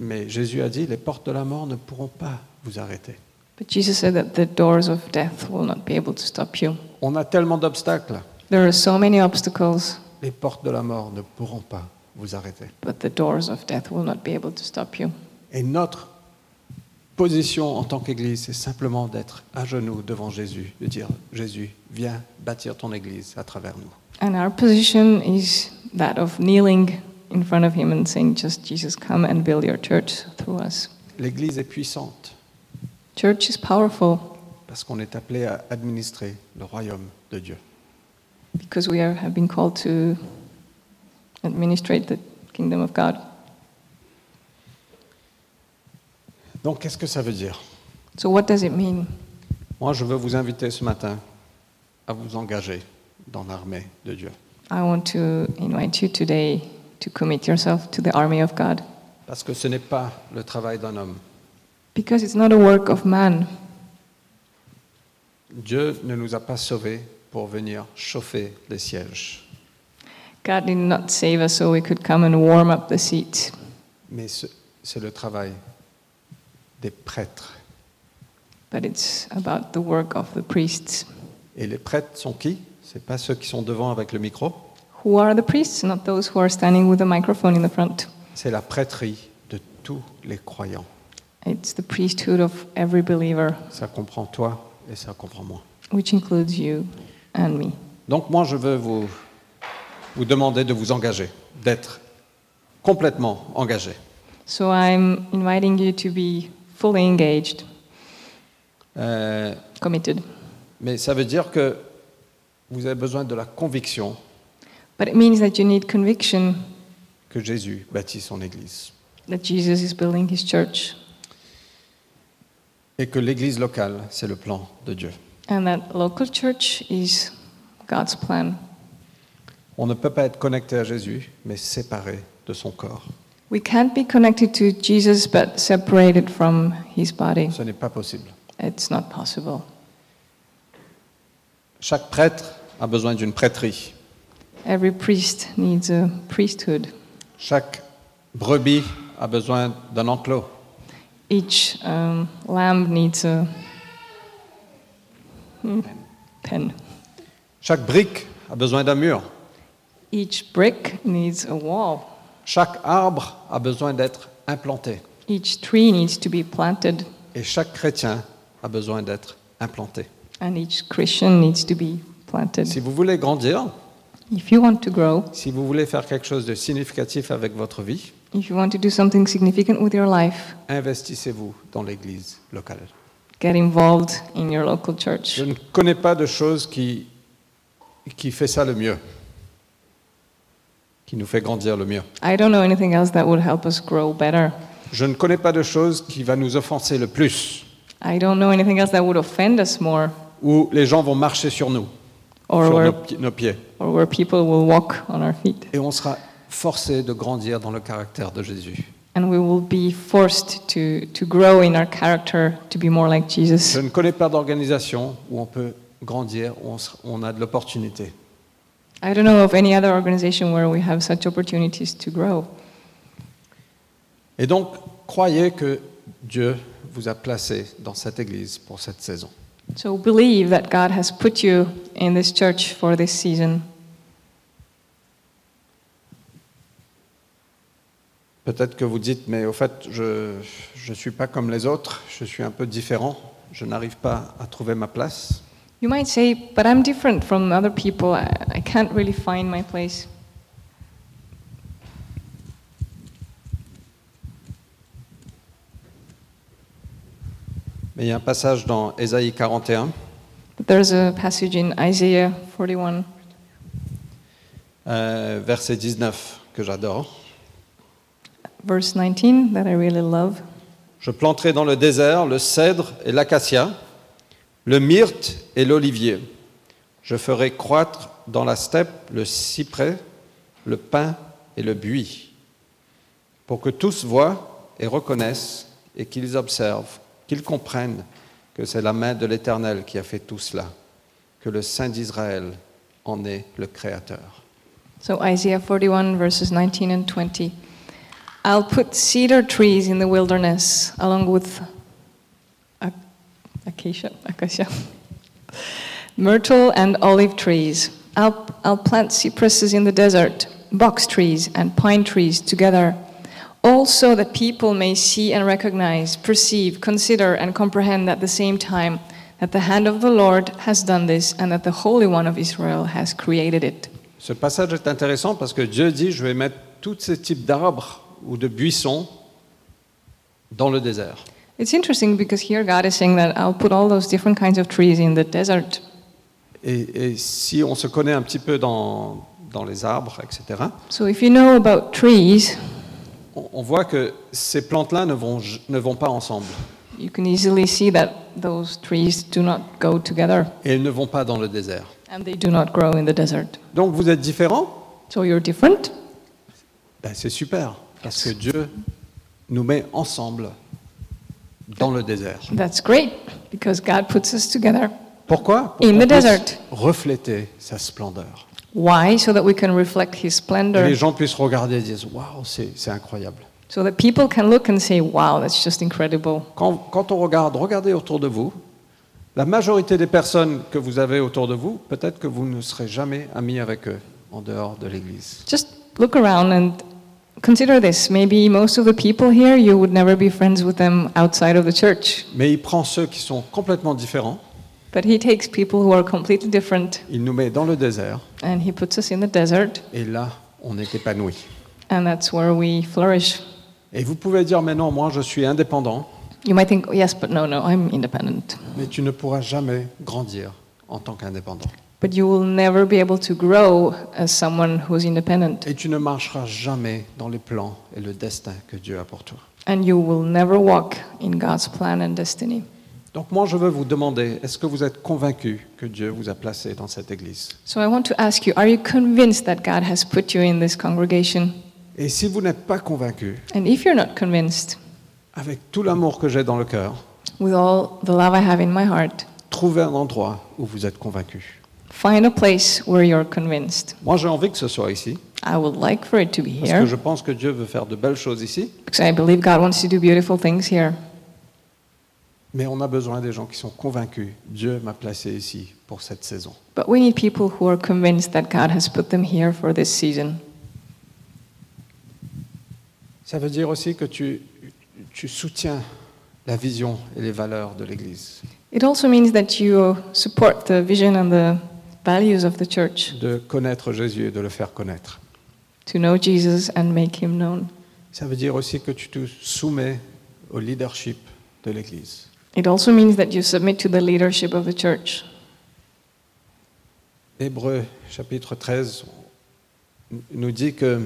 A: Mais Jésus a dit, les portes de la mort ne pourront pas vous arrêter.
B: But Jesus said that the doors of death will not be able to stop you.
A: On a tellement d'obstacles,
B: There are so many obstacles,
A: les portes de la mort ne pourront pas vous arrêter.
B: but the doors of death will not be able to stop you.
A: Et notre position en tant qu'Église, c'est simplement d'être à genoux devant Jésus, de dire Jésus, viens bâtir ton Église à travers nous.
B: And our position is that of kneeling in front of Him and saying, Just Jesus, come and build your church through us.
A: L'Église est puissante
B: Church is powerful
A: parce qu'on est appelé à administrer le royaume de Dieu.
B: because we are, have been called to administrate the kingdom of God.
A: Donc qu'est-ce que ça veut dire
B: So, what does it mean?
A: Moi, je veux vous inviter ce matin à vous engager dans l'armée de Dieu.
B: I want to invite you today to commit yourself to the army of God
A: Parce que ce n'est pas le travail d'un homme.
B: because it's not a work of man.
A: Dieu ne nous a pas sauvés pour venir chauffer les sièges.
B: God did not save us so we could come and warm up the seat,
A: Mais ce- c'est le travail des prêtres.
B: but it's about the work of the priests.
A: Et les prêtres sont qui C'est pas ceux qui sont devant avec le micro,
B: Who are the priests? Not those who are standing with a microphone in the front.
A: c'est la prêtrie de tous les croyants.
B: It's the priesthood of every believer,
A: Ça comprend toi et ça comprend moi.
B: which includes you and me.
A: Donc moi je veux vous vous demander de vous engager, d'être complètement engagé.
B: So I'm inviting you to be fully engaged,
A: Euh,
B: committed.
A: mais ça veut dire que vous avez besoin de la conviction
B: But it means that you need conviction
A: que Jésus bâtit son Église
B: that Jesus is building his church
A: et que l'Église locale c'est le plan de Dieu.
B: and that local church is God's plan.
A: On ne peut pas être connecté à Jésus mais séparé de son corps.
B: We can't be connected to Jesus but separated from his body.
A: Ce n'est pas possible.
B: It's not possible.
A: Chaque prêtre a besoin d'une prêtrie.
B: Every priest needs a priesthood.
A: Chaque brebis a besoin d'un enclos.
B: Each um, lamb needs a hmm, pen.
A: Chaque brique a besoin d'un mur.
B: Each brick needs a wall.
A: Chaque arbre a besoin d'être implanté.
B: Each tree needs to be planted,
A: Et chaque chrétien a besoin d'être implanté.
B: and each Christian needs to be planted.
A: Si vous voulez grandir,
B: If you want to grow,
A: si vous voulez faire quelque chose de significatif avec votre vie,
B: if you want to do something significant with your life,
A: investissez-vous dans l'église locale.
B: get involved in your local church.
A: Je ne connais pas de chose qui, qui fait ça le mieux, qui nous fait grandir le mieux.
B: I don't know anything else that would help us grow better.
A: Je ne connais pas de chose qui va nous offenser le plus,
B: I don't know anything else that would offend us more,
A: où les gens vont marcher sur nous,
B: or
A: sur nos,
B: where,
A: pi- nos pieds.
B: or where people will walk on our feet.
A: Et on sera forcé de grandir dans le caractère de Jésus.
B: And we will be forced to, to grow in our character to be more like Jesus.
A: Je ne connais pas d'organisation où on peut grandir, où on, se- on a de l'opportunity.
B: I don't know of any other organization where we have such opportunities to grow.
A: Et donc, croyez que Dieu vous a placé dans cette église pour cette saison.
B: So believe that God has put you in this church for this season.
A: Peut-être que vous dites, mais au fait, je ne suis pas comme les autres, je suis un peu différent, je n'arrive pas à trouver ma place.
B: You might say, but I'm different from other people. I, I can't really find my place.
A: Mais il y a un passage dans Ésaïe 41
B: But there's a passage in Isaiah 41,
A: Euh, verset 19 que j'adore.
B: verse 19, that I really love.
A: Je planterai dans le désert le cèdre et l'acacia, le myrte et l'olivier. Je ferai croître dans la steppe le cyprès, le pin et le buis, pour que tous voient et reconnaissent et qu'ils observent, qu'ils comprennent que c'est la main de l'Éternel qui a fait tout cela, que le Saint d'Israël en est le Créateur.
B: So Isaiah 41, verses 19 and 20. I'll put cedar trees in the wilderness along with ac- acacia, acacia. myrtle and olive trees. I'll, I'll plant cypresses in the desert, box trees and pine trees together, also that people may see and recognize, perceive, consider, and comprehend at the same time that the hand of the Lord has done this and that the Holy One of Israel has created it.
A: Ce passage est intéressant parce que Dieu dit je vais mettre tous ces types d'arbres ou de buissons dans le désert.
B: It's interesting because here God is saying that I'll put all those different kinds of trees in the desert.
A: Et, et si on se connaît un petit peu dans, dans les arbres, etc.,
B: So if you know about trees,
A: on, on voit que ces plantes-là ne vont, j- ne vont pas ensemble.
B: you can easily see that those trees do not go together
A: Et elles ne vont pas dans le désert.
B: and they do not grow in the desert.
A: Donc vous êtes différents
B: So you're different.
A: Ben, C'est super, parce que Dieu nous met ensemble dans le désert.
B: That's great because God puts us together.
A: Pourquoi
B: In
A: qu'on
B: the
A: puisse
B: desert.
A: refléter sa splendeur.
B: Why? So that we can reflect
A: Et
B: His
A: les
B: splendor.
A: gens puissent regarder et dire Waouh, c'est c'est incroyable.
B: So that people can look and say, wow, that's just incredible.
A: Quand, quand on regarde, regardez autour de vous. La majorité des personnes que vous avez autour de vous, peut-être que vous ne serez jamais amis avec eux en dehors de l'Église.
B: Just look around and consider this. Maybe most of the people here, you would never be friends with them outside of the church.
A: Mais il prend ceux qui sont complètement différents,
B: But he takes people who are completely different
A: il nous met dans le désert,
B: and he puts us in the desert,
A: et là, on est épanoui.
B: and that's where we flourish.
A: Et vous pouvez dire, mais non, moi je suis indépendant,
B: You might think, "Oh, yes, but no, no, I'm independent.
A: mais tu ne pourras jamais grandir en tant qu'indépendant.
B: But you will never be able to grow as someone who's independent,
A: Et tu ne marcheras jamais dans les plans et le destin que Dieu a pour toi.
B: and you will never walk in God's plan and destiny.
A: Donc moi je veux vous demander, est-ce que vous êtes convaincu que Dieu vous a placé dans cette Église
B: So I want to ask you, are you convinced that God has put you in this congregation?
A: Et si vous n'êtes pas convaincu,
B: And if you're not convinced,
A: avec tout l'amour que j'ai dans le cœur,
B: with all the love I have in my heart,
A: trouvez un endroit où vous êtes convaincu.
B: find a place where you're convinced.
A: Moi, j'ai envie que ce soit ici,
B: I would like for it to be
A: Parce que
B: here
A: je pense que Dieu veut faire de belles choses ici,
B: because I believe God wants to do beautiful things here.
A: mais on a besoin des gens qui sont convaincus. Dieu m'a placé ici pour cette saison.
B: But we need people who are convinced that God has put them here for this season.
A: Ça veut dire aussi que tu, tu soutiens la vision et les valeurs de l'Église,
B: It also means that you support the vision and the values of the church
A: de connaître Jésus et de le faire connaître.
B: to know Jesus and make him known.
A: Ça veut dire aussi que tu te soumets au leadership de l'Église.
B: It also means that you submit to the leadership of the church.
A: Hébreu chapitre 13 nous dit que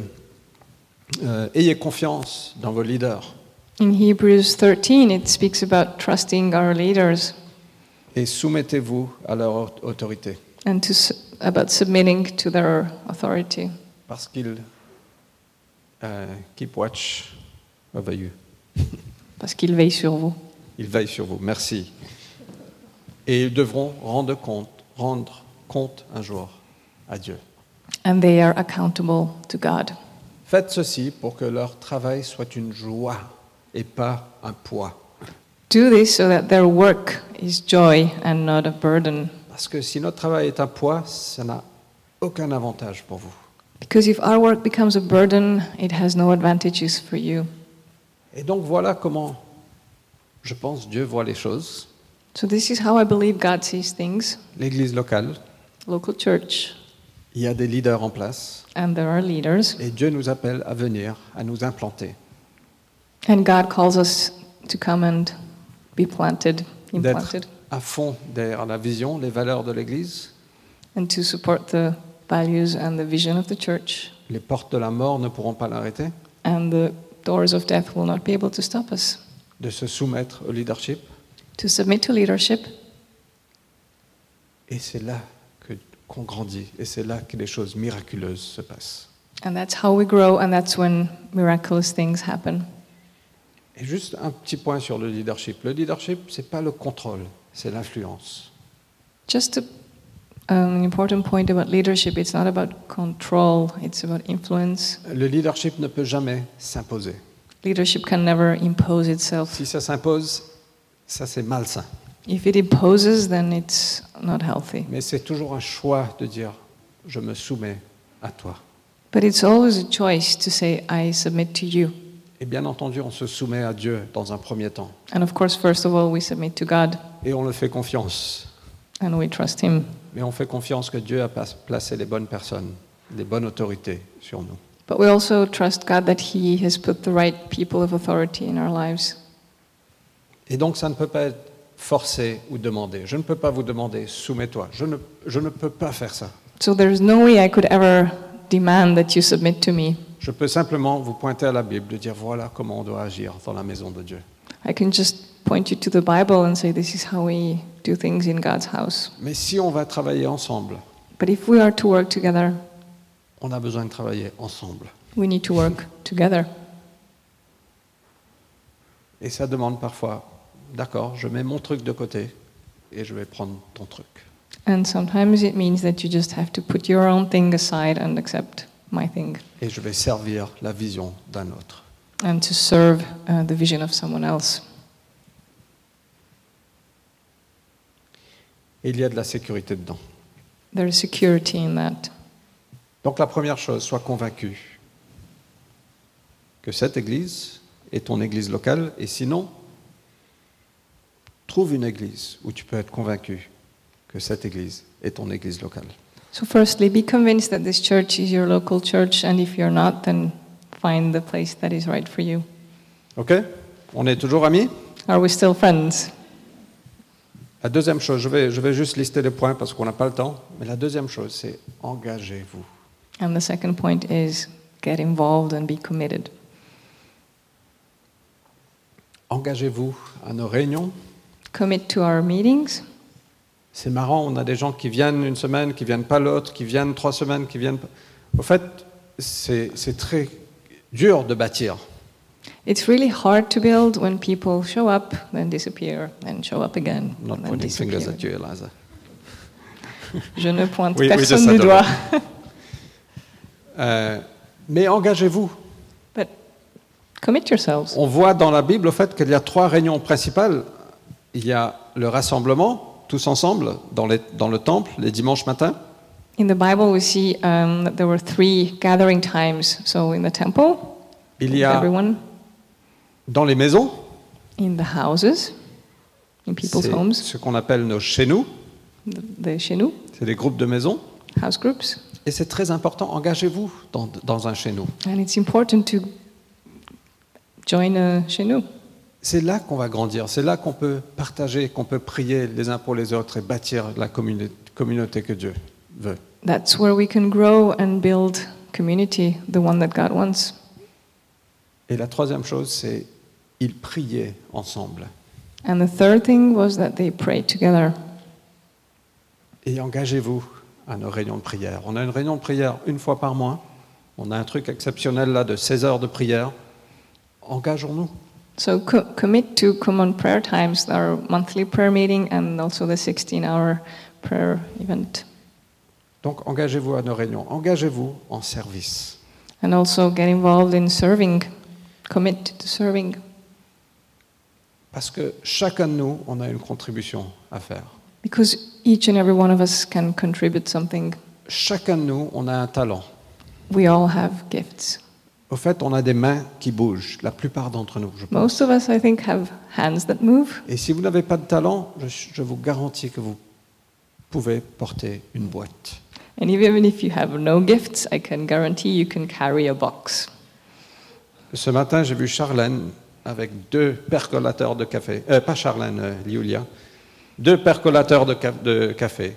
A: euh, ayez confiance dans vos leaders
B: In Hebrews 13, it speaks about trusting our leaders
A: et soumettez-vous à leur au- autorité
B: and to, su- about submitting to their authority
A: parce qu'ils euh, keep watch over you.
B: parce qu'ils veillent sur vous.
A: Ils veillent sur vous. Merci. Et ils devront rendre compte, rendre compte un jour à Dieu.
B: And they are accountable to God.
A: Faites ceci pour que leur travail soit une joie et pas un poids.
B: Do this so that their work is joy and not a burden.
A: Parce que si notre travail est un poids, ça n'a aucun avantage pour vous.
B: Because if our work becomes a burden, it has no advantages for you.
A: Et donc voilà comment, je pense, Dieu voit les choses.
B: So, this is how I believe God sees things.
A: L'Église locale,
B: Local church,
A: il y a des leaders en place.
B: and there are leaders.
A: Et Dieu nous appelle à venir, à nous implanter,
B: And God calls us to come and be planted,
A: d'être
B: implanted,
A: à fond derrière la vision, les valeurs de l'Église.
B: and to support the values and the vision of the church.
A: Les portes de la mort ne pourront pas l'arrêter.
B: And the doors of death will not be able to stop us.
A: De se soumettre au leadership.
B: To submit to leadership,
A: Et c'est là que- qu'on grandit. Et c'est là que les choses miraculeuses se passent.
B: and that's how we grow, and that's when miraculous things happen.
A: Et juste un petit point sur le leadership. Le leadership, c'est pas le contrôle, c'est l'influence.
B: Just a, an important point about leadership it's not about control, it's about influence.
A: Le leadership ne peut jamais s'imposer.
B: Leadership can never impose itself.
A: Si ça s'impose, ça c'est malsain.
B: If it imposes, then it's not healthy.
A: Mais c'est toujours un choix de dire je me soumets à toi.
B: But it's always a choice to say, I submit to you.
A: Et bien entendu, on se soumet à Dieu dans un premier temps
B: And of course, first of all, we submit to God
A: et on le fait confiance.
B: and we trust Him.
A: Mais on fait confiance que Dieu a pas- placé les bonnes personnes, les bonnes autorités sur nous.
B: But we also trust God that He has put the right people of authority in our lives.
A: Et donc ça ne peut pas être forcé ou demandé. Je ne peux pas vous demander soumets-toi. Je ne, je ne peux pas faire ça.
B: So there's no way I could ever demand that you submit to me.
A: Je peux simplement vous pointer à la Bible, de dire voilà comment on doit agir dans la maison de Dieu.
B: I can just point you to the Bible and say, this is how we do things in God's house.
A: Mais si on va travailler ensemble,
B: But if we are to work together,
A: on a besoin de travailler ensemble.
B: we need to work together.
A: Et ça demande parfois, d'accord, je mets mon truc de côté et je vais prendre ton truc.
B: And sometimes it means that you just have to put your own thing aside and accept my thing
A: Et je vais servir la vision d'un autre.
B: and to serve uh, the vision of someone else.
A: Et il y a de la sécurité dedans.
B: There is security in that.
A: Donc la première chose, sois convaincu que cette église est ton église locale. Et sinon, trouve une église où tu peux être convaincu que cette église est ton église locale.
B: So, firstly, be convinced that this church is your local church, and if you're not, then find the place that is right for you.
A: OK On est toujours amis
B: Are we still friends?
A: La deuxième chose, je vais, je vais juste lister les points parce qu'on n'a pas le temps, mais la deuxième chose, c'est engagez-vous.
B: And the second point is get involved and be committed.
A: Engagez-vous à nos réunions.
B: Commit to our meetings.
A: C'est marrant, on a des gens qui viennent une semaine, qui viennent pas l'autre, qui viennent trois semaines, qui viennent. pas- Au fait, c'est c'est très dur de bâtir.
B: It's really hard to build when people show up, then disappear, and show up again.
A: Not
B: and then
A: pointing fingers
B: disappear.
A: at you, Eliza.
B: Je ne pointe
A: Oui, oui,
B: personne
A: je
B: du
A: sais,
B: doigt.
A: Euh, mais engagez-vous.
B: But commit yourselves.
A: On voit dans la Bible, au fait, qu'il y a trois réunions principales. Il y a le rassemblement, tous ensemble, dans, les- dans le temple, les dimanches matins.
B: In the Bible, we see um, that there were three gathering times. So in the temple,
A: Il
B: with
A: y a
B: everyone
A: dans les maisons,
B: in the houses, in people's
A: c'est
B: homes,
A: ce qu'on appelle nos chez-nous,
B: the, the shenu,
A: c'est les groupes de maisons.
B: house groups.
A: Et c'est très important, engagez-vous dans, dans un chez-nous.
B: And it's important to join a shenu.
A: C'est là qu'on va grandir, c'est là qu'on peut partager, qu'on peut prier les uns pour les autres et bâtir la communi- communauté que Dieu veut.
B: That's where we can grow and build community, the one that God wants.
A: Et la troisième chose, c'est ils priaient ensemble
B: And the third thing was that they prayed together.
A: et engagez-vous à nos réunions de prière. On a une réunion de prière une fois par mois. On a un truc exceptionnel là de 16 heures de prière. Engageons-nous.
B: So co- commit to common prayer times, our monthly prayer meeting, and also the 16-hour prayer event,
A: Donc engagez-vous à nos réunions. Engagez-vous en service.
B: and also get involved in serving. Commit to serving
A: Parce que chacun de nous, on a une contribution à faire.
B: because each and every one of us can contribute something.
A: Chacun de nous, on a un talent.
B: We all have gifts.
A: Au fait, on a des mains qui bougent, la plupart d'entre nous, je pense.
B: Most of us, I think, have hands that move.
A: Et si vous n'avez pas de talent, je, je vous garantis que vous pouvez porter une boîte.
B: And even if you have no gifts, I can guarantee you can carry a box.
A: Ce matin, j'ai vu Charlène avec deux percolateurs de café. Euh, pas Charlène, euh, Liulia. Deux percolateurs de, ca- de café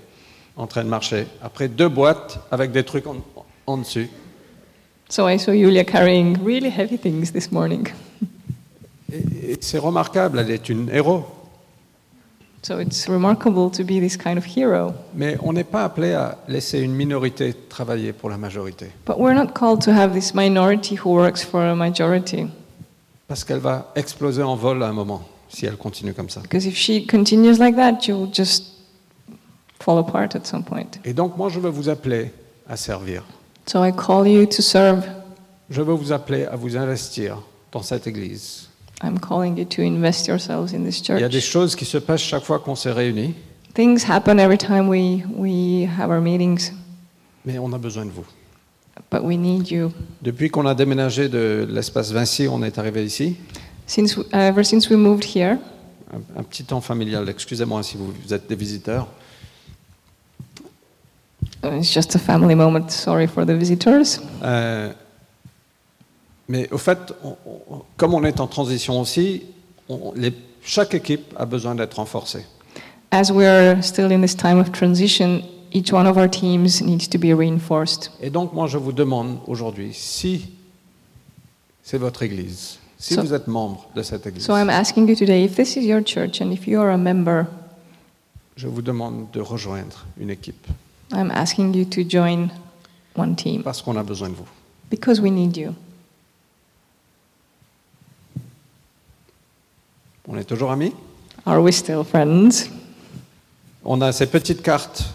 A: en train de marcher. Après, deux boîtes avec des trucs en, en dessus.
B: So I saw Julia carrying really heavy things this morning.
A: Et, et c'est remarquable, elle est une héros.
B: So it's remarkable to be this kind of hero.
A: Mais on n'est pas appelé à laisser une minorité travailler pour la majorité.
B: But we're not called to have this minority who works for a majority.
A: Parce qu'elle va exploser en vol à un moment, si elle continue comme ça.
B: Because if she continues like that, she will just fall apart at some point.
A: Et donc, moi, je veux vous appeler à servir.
B: So I call you to serve.
A: Je veux vous appeler à vous investir dans cette église.
B: I'm calling you to invest yourselves in this
A: Il y a des
B: church.
A: choses qui se passent chaque fois qu'on s'est réunis,
B: Things happen every time we, we have our meetings,
A: mais on a besoin de vous.
B: but we need you.
A: Depuis qu'on a déménagé de l'espace Vinci, on est arrivé ici.
B: Since, ever since we moved here,
A: Un, un petit temps familial, excusez-moi si vous, vous êtes des visiteurs.
B: uh, it's just a family moment, sorry for the visitors.
A: Euh, mais au fait, on- on- comme on est en transition aussi, on- les- chaque équipe a besoin d'être renforcée.
B: As we're still in this time of transition, each one of our teams needs to be reinforced.
A: Et donc, moi, je vous demande aujourd'hui, si c'est votre église, si
B: So-
A: vous êtes membre de cette église,
B: So I'm asking you today if this is your church and if you are a member,
A: je vous demande de rejoindre une équipe
B: I'm asking you to join one team
A: parce qu'on a besoin de vous.
B: because we need you.
A: On est toujours amis.
B: Are we still friends?
A: On a ces petites cartes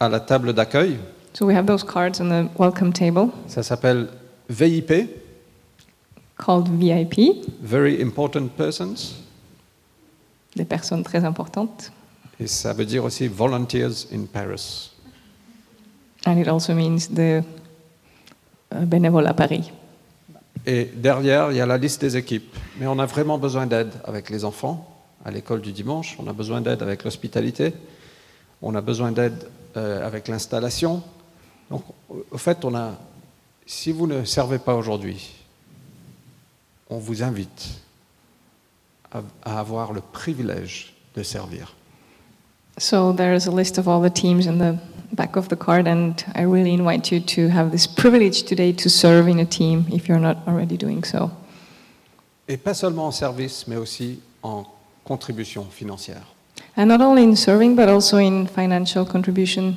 A: à la table d'accueil.
B: So we have those cards on the welcome table
A: Ça s'appelle VIP,
B: called VIP,
A: Very Important Persons,
B: des personnes très importantes,
A: et ça veut dire aussi Volunteers in Paris.
B: and it also means the uh, bénévoles à Paris.
A: Et derrière, il y a la liste des équipes. Mais on a vraiment besoin d'aide avec les enfants, à l'école du dimanche. On a besoin d'aide avec l'hospitalité. On a besoin d'aide euh, avec l'installation. Donc, au au fait, on a. Si vous ne servez pas aujourd'hui, on vous invite à, à avoir le privilège de servir.
B: So there is a list of all the teams in the back of the card, and I really invite you to have this privilege today to serve in a team if you're not already doing so.
A: Et pas seulement en service, mais aussi en contribution financière.
B: And not only in serving, but also in financial contribution.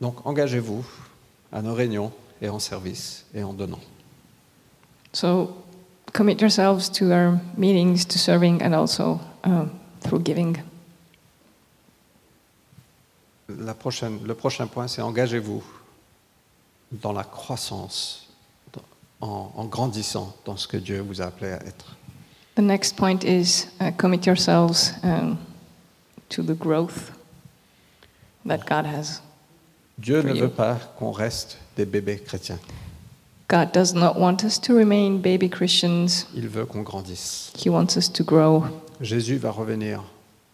A: Donc, engagez-vous à nos réunions et en service et en donnant.
B: So commit yourselves to our meetings, to serving, and also uh, through giving.
A: La prochaine, le prochain point, c'est engagez-vous dans la croissance, dans- en, en grandissant dans ce que Dieu vous a appelé à être.
B: The next point is uh, commit yourselves um, to the growth that God has.
A: Dieu ne
B: Priez.
A: veut pas qu'on reste des bébés chrétiens.
B: God does not want us to remain baby Christians,
A: Il veut qu'on grandisse.
B: He wants us to grow.
A: Jésus va revenir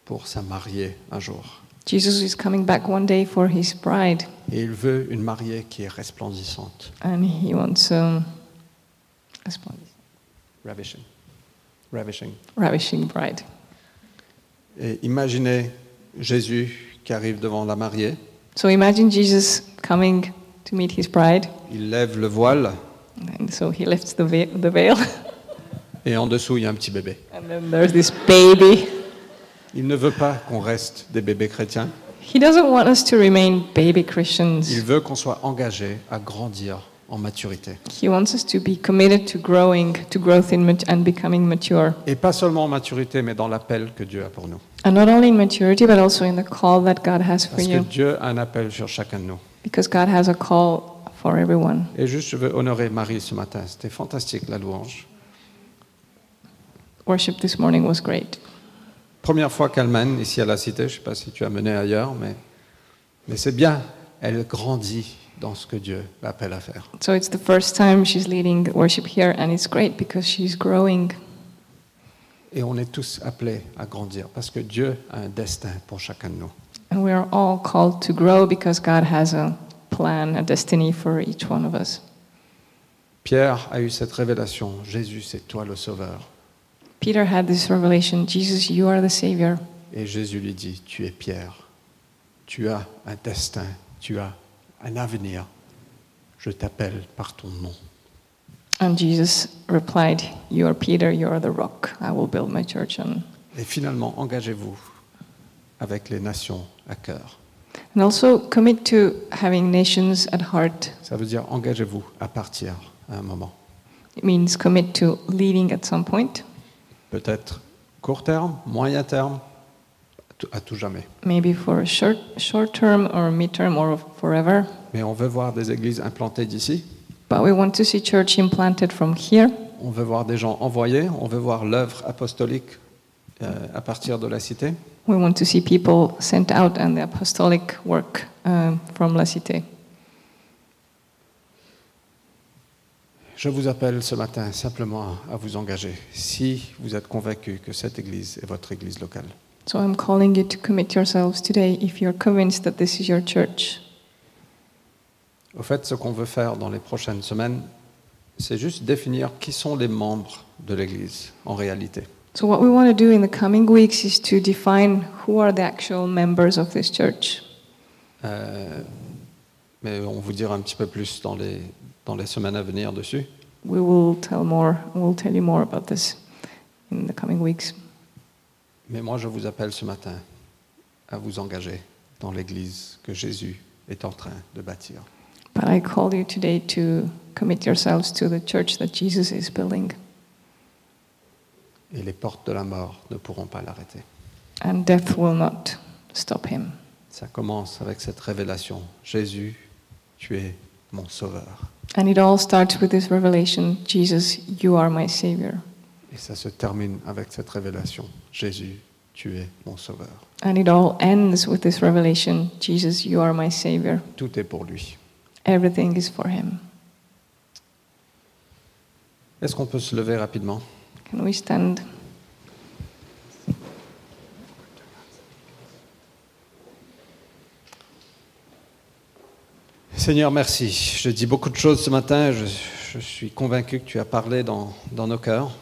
A: pour sa mariée un jour.
B: Jesus is coming back one day for His bride,
A: Et il veut une mariée qui est resplendissante.
B: and He wants um, a splendid,
A: Ravishing. Ravishing.
B: ravishing bride.
A: Et imaginez Jésus qui arrive devant la mariée.
B: So imagine Jesus coming to meet His bride,
A: Il lève le voile
B: and so He lifts the, ve- the veil,
A: et en dessous, il y a un petit bébé.
B: and then there's this baby.
A: Il ne veut pas qu'on reste des bébés chrétiens.
B: He doesn't want us to remain baby
A: Il
B: Christians.
A: veut qu'on soit engagé à grandir en maturité.
B: He wants us to be committed to growing, to growth in mat- and becoming mature.
A: Et pas seulement en maturité, mais dans l'appel que Dieu a pour nous.
B: And not only in maturity, but also in the call that God has for
A: Parce que
B: you.
A: Dieu a un appel sur chacun de nous.
B: Because God has a call for everyone.
A: Et juste, je veux honorer Marie ce matin. C'était fantastique la louange.
B: Worship this morning was great.
A: Première fois qu'elle mène ici à la cité. Je ne sais pas si tu as mené ailleurs, mais, mais c'est bien. Elle grandit dans ce que Dieu l'appelle à faire.
B: So it's the first time she's leading worship here, and it's great because she's growing.
A: Et on est tous appelés à grandir parce que Dieu a un destin pour chacun de nous.
B: And we are all called to grow because God has a plan, a destiny for each one of us.
A: Pierre a eu cette révélation. Jésus, c'est toi le Sauveur.
B: Peter had this revelation Jesus, you are the Savior.
A: Et Jésus lui dit, tu es Pierre. Tu as un destin. Tu as un avenir. Je t'appelle par ton nom.
B: And Jesus replied, You are Peter, you are the rock. I will build my church on.
A: Et finalement, engagez-vous avec les nations à cœur.
B: And also commit to having nations at heart.
A: Ça veut dire engagez-vous à partir à un moment.
B: It means commit to leading at some point,
A: Peut-être court terme, moyen terme, tout- à tout jamais.
B: maybe for a short, short term or mid term or forever.
A: Mais on veut voir des églises implantées d'ici.
B: But we want to see church implanted from here.
A: On veut voir des gens envoyés, on veut voir l'œuvre apostolique euh, à partir de la cité.
B: We want to see people sent out and the apostolic work um, from La Cité.
A: Je vous appelle ce matin simplement à vous engager si vous êtes convaincu que cette église est votre église locale.
B: So I'm calling you to commit yourselves today if you're convinced that this is your church.
A: Au fait, ce qu'on veut faire dans les prochaines semaines, c'est juste définir qui sont les membres de l'église en réalité.
B: So what we want to do in the coming weeks is to define who are the actual members of this church.
A: Euh, mais on vous dira un petit peu plus dans les, dans les semaines à venir dessus.
B: We will tell more. We'll tell you more about this in the coming weeks.
A: Mais moi, je vous appelle ce matin à vous engager dans l'église que Jésus est en train de bâtir.
B: But I call you today to commit yourselves to the church that Jesus is building,
A: Et les portes de la mort ne pourront pas l'arrêter.
B: and death will not stop him.
A: Ça commence avec cette révélation. Jésus, tu es mon sauveur.
B: And it all starts with this revelation Jesus, you are my Savior.
A: Et ça se termine avec cette révélation. Jésus, tu es mon sauveur.
B: And it all ends with this revelation Jesus, you are my Savior.
A: Tout est pour lui.
B: Everything is for him.
A: Est-ce qu'on peut se lever rapidement
B: Can we stand?
A: Seigneur, merci. Je dis beaucoup de choses ce matin. Je, je suis convaincu que tu as parlé dans, dans nos cœurs.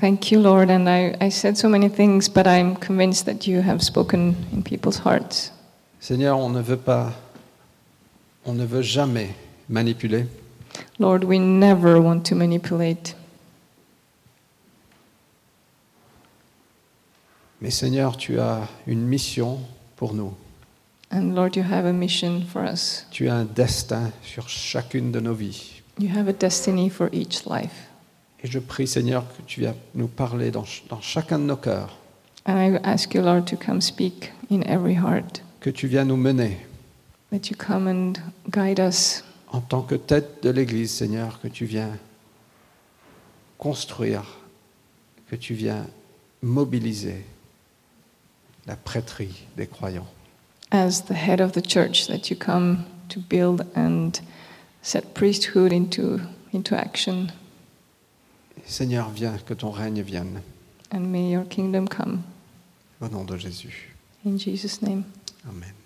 B: Thank you, Lord. And I, I said so many things, but I'm convinced that you have spoken in people's hearts.
A: Seigneur, on ne veut pas, on ne veut jamais manipuler.
B: Lord, we never want to manipulate.
A: Mais Seigneur, tu as une mission pour nous.
B: And Lord, you have a mission for us.
A: Tu as un destin sur chacune de nos vies.
B: You have a destiny for each life.
A: Et je prie, Seigneur, que tu viennes nous parler dans, ch- dans chacun de nos cœurs.
B: And I ask you, Lord, to come speak in every heart.
A: que tu viens nous mener
B: that you come and guide us
A: en tant que tête de l'Église, Seigneur, que tu viens construire, que tu viens mobiliser la prêtrie des croyants.
B: as the head of the church, that you come to build and set priesthood into, into action.
A: Seigneur, viens, que ton règne vienne,
B: And may your kingdom come.
A: au nom de Jésus.
B: In Jesus' name.
A: Amen.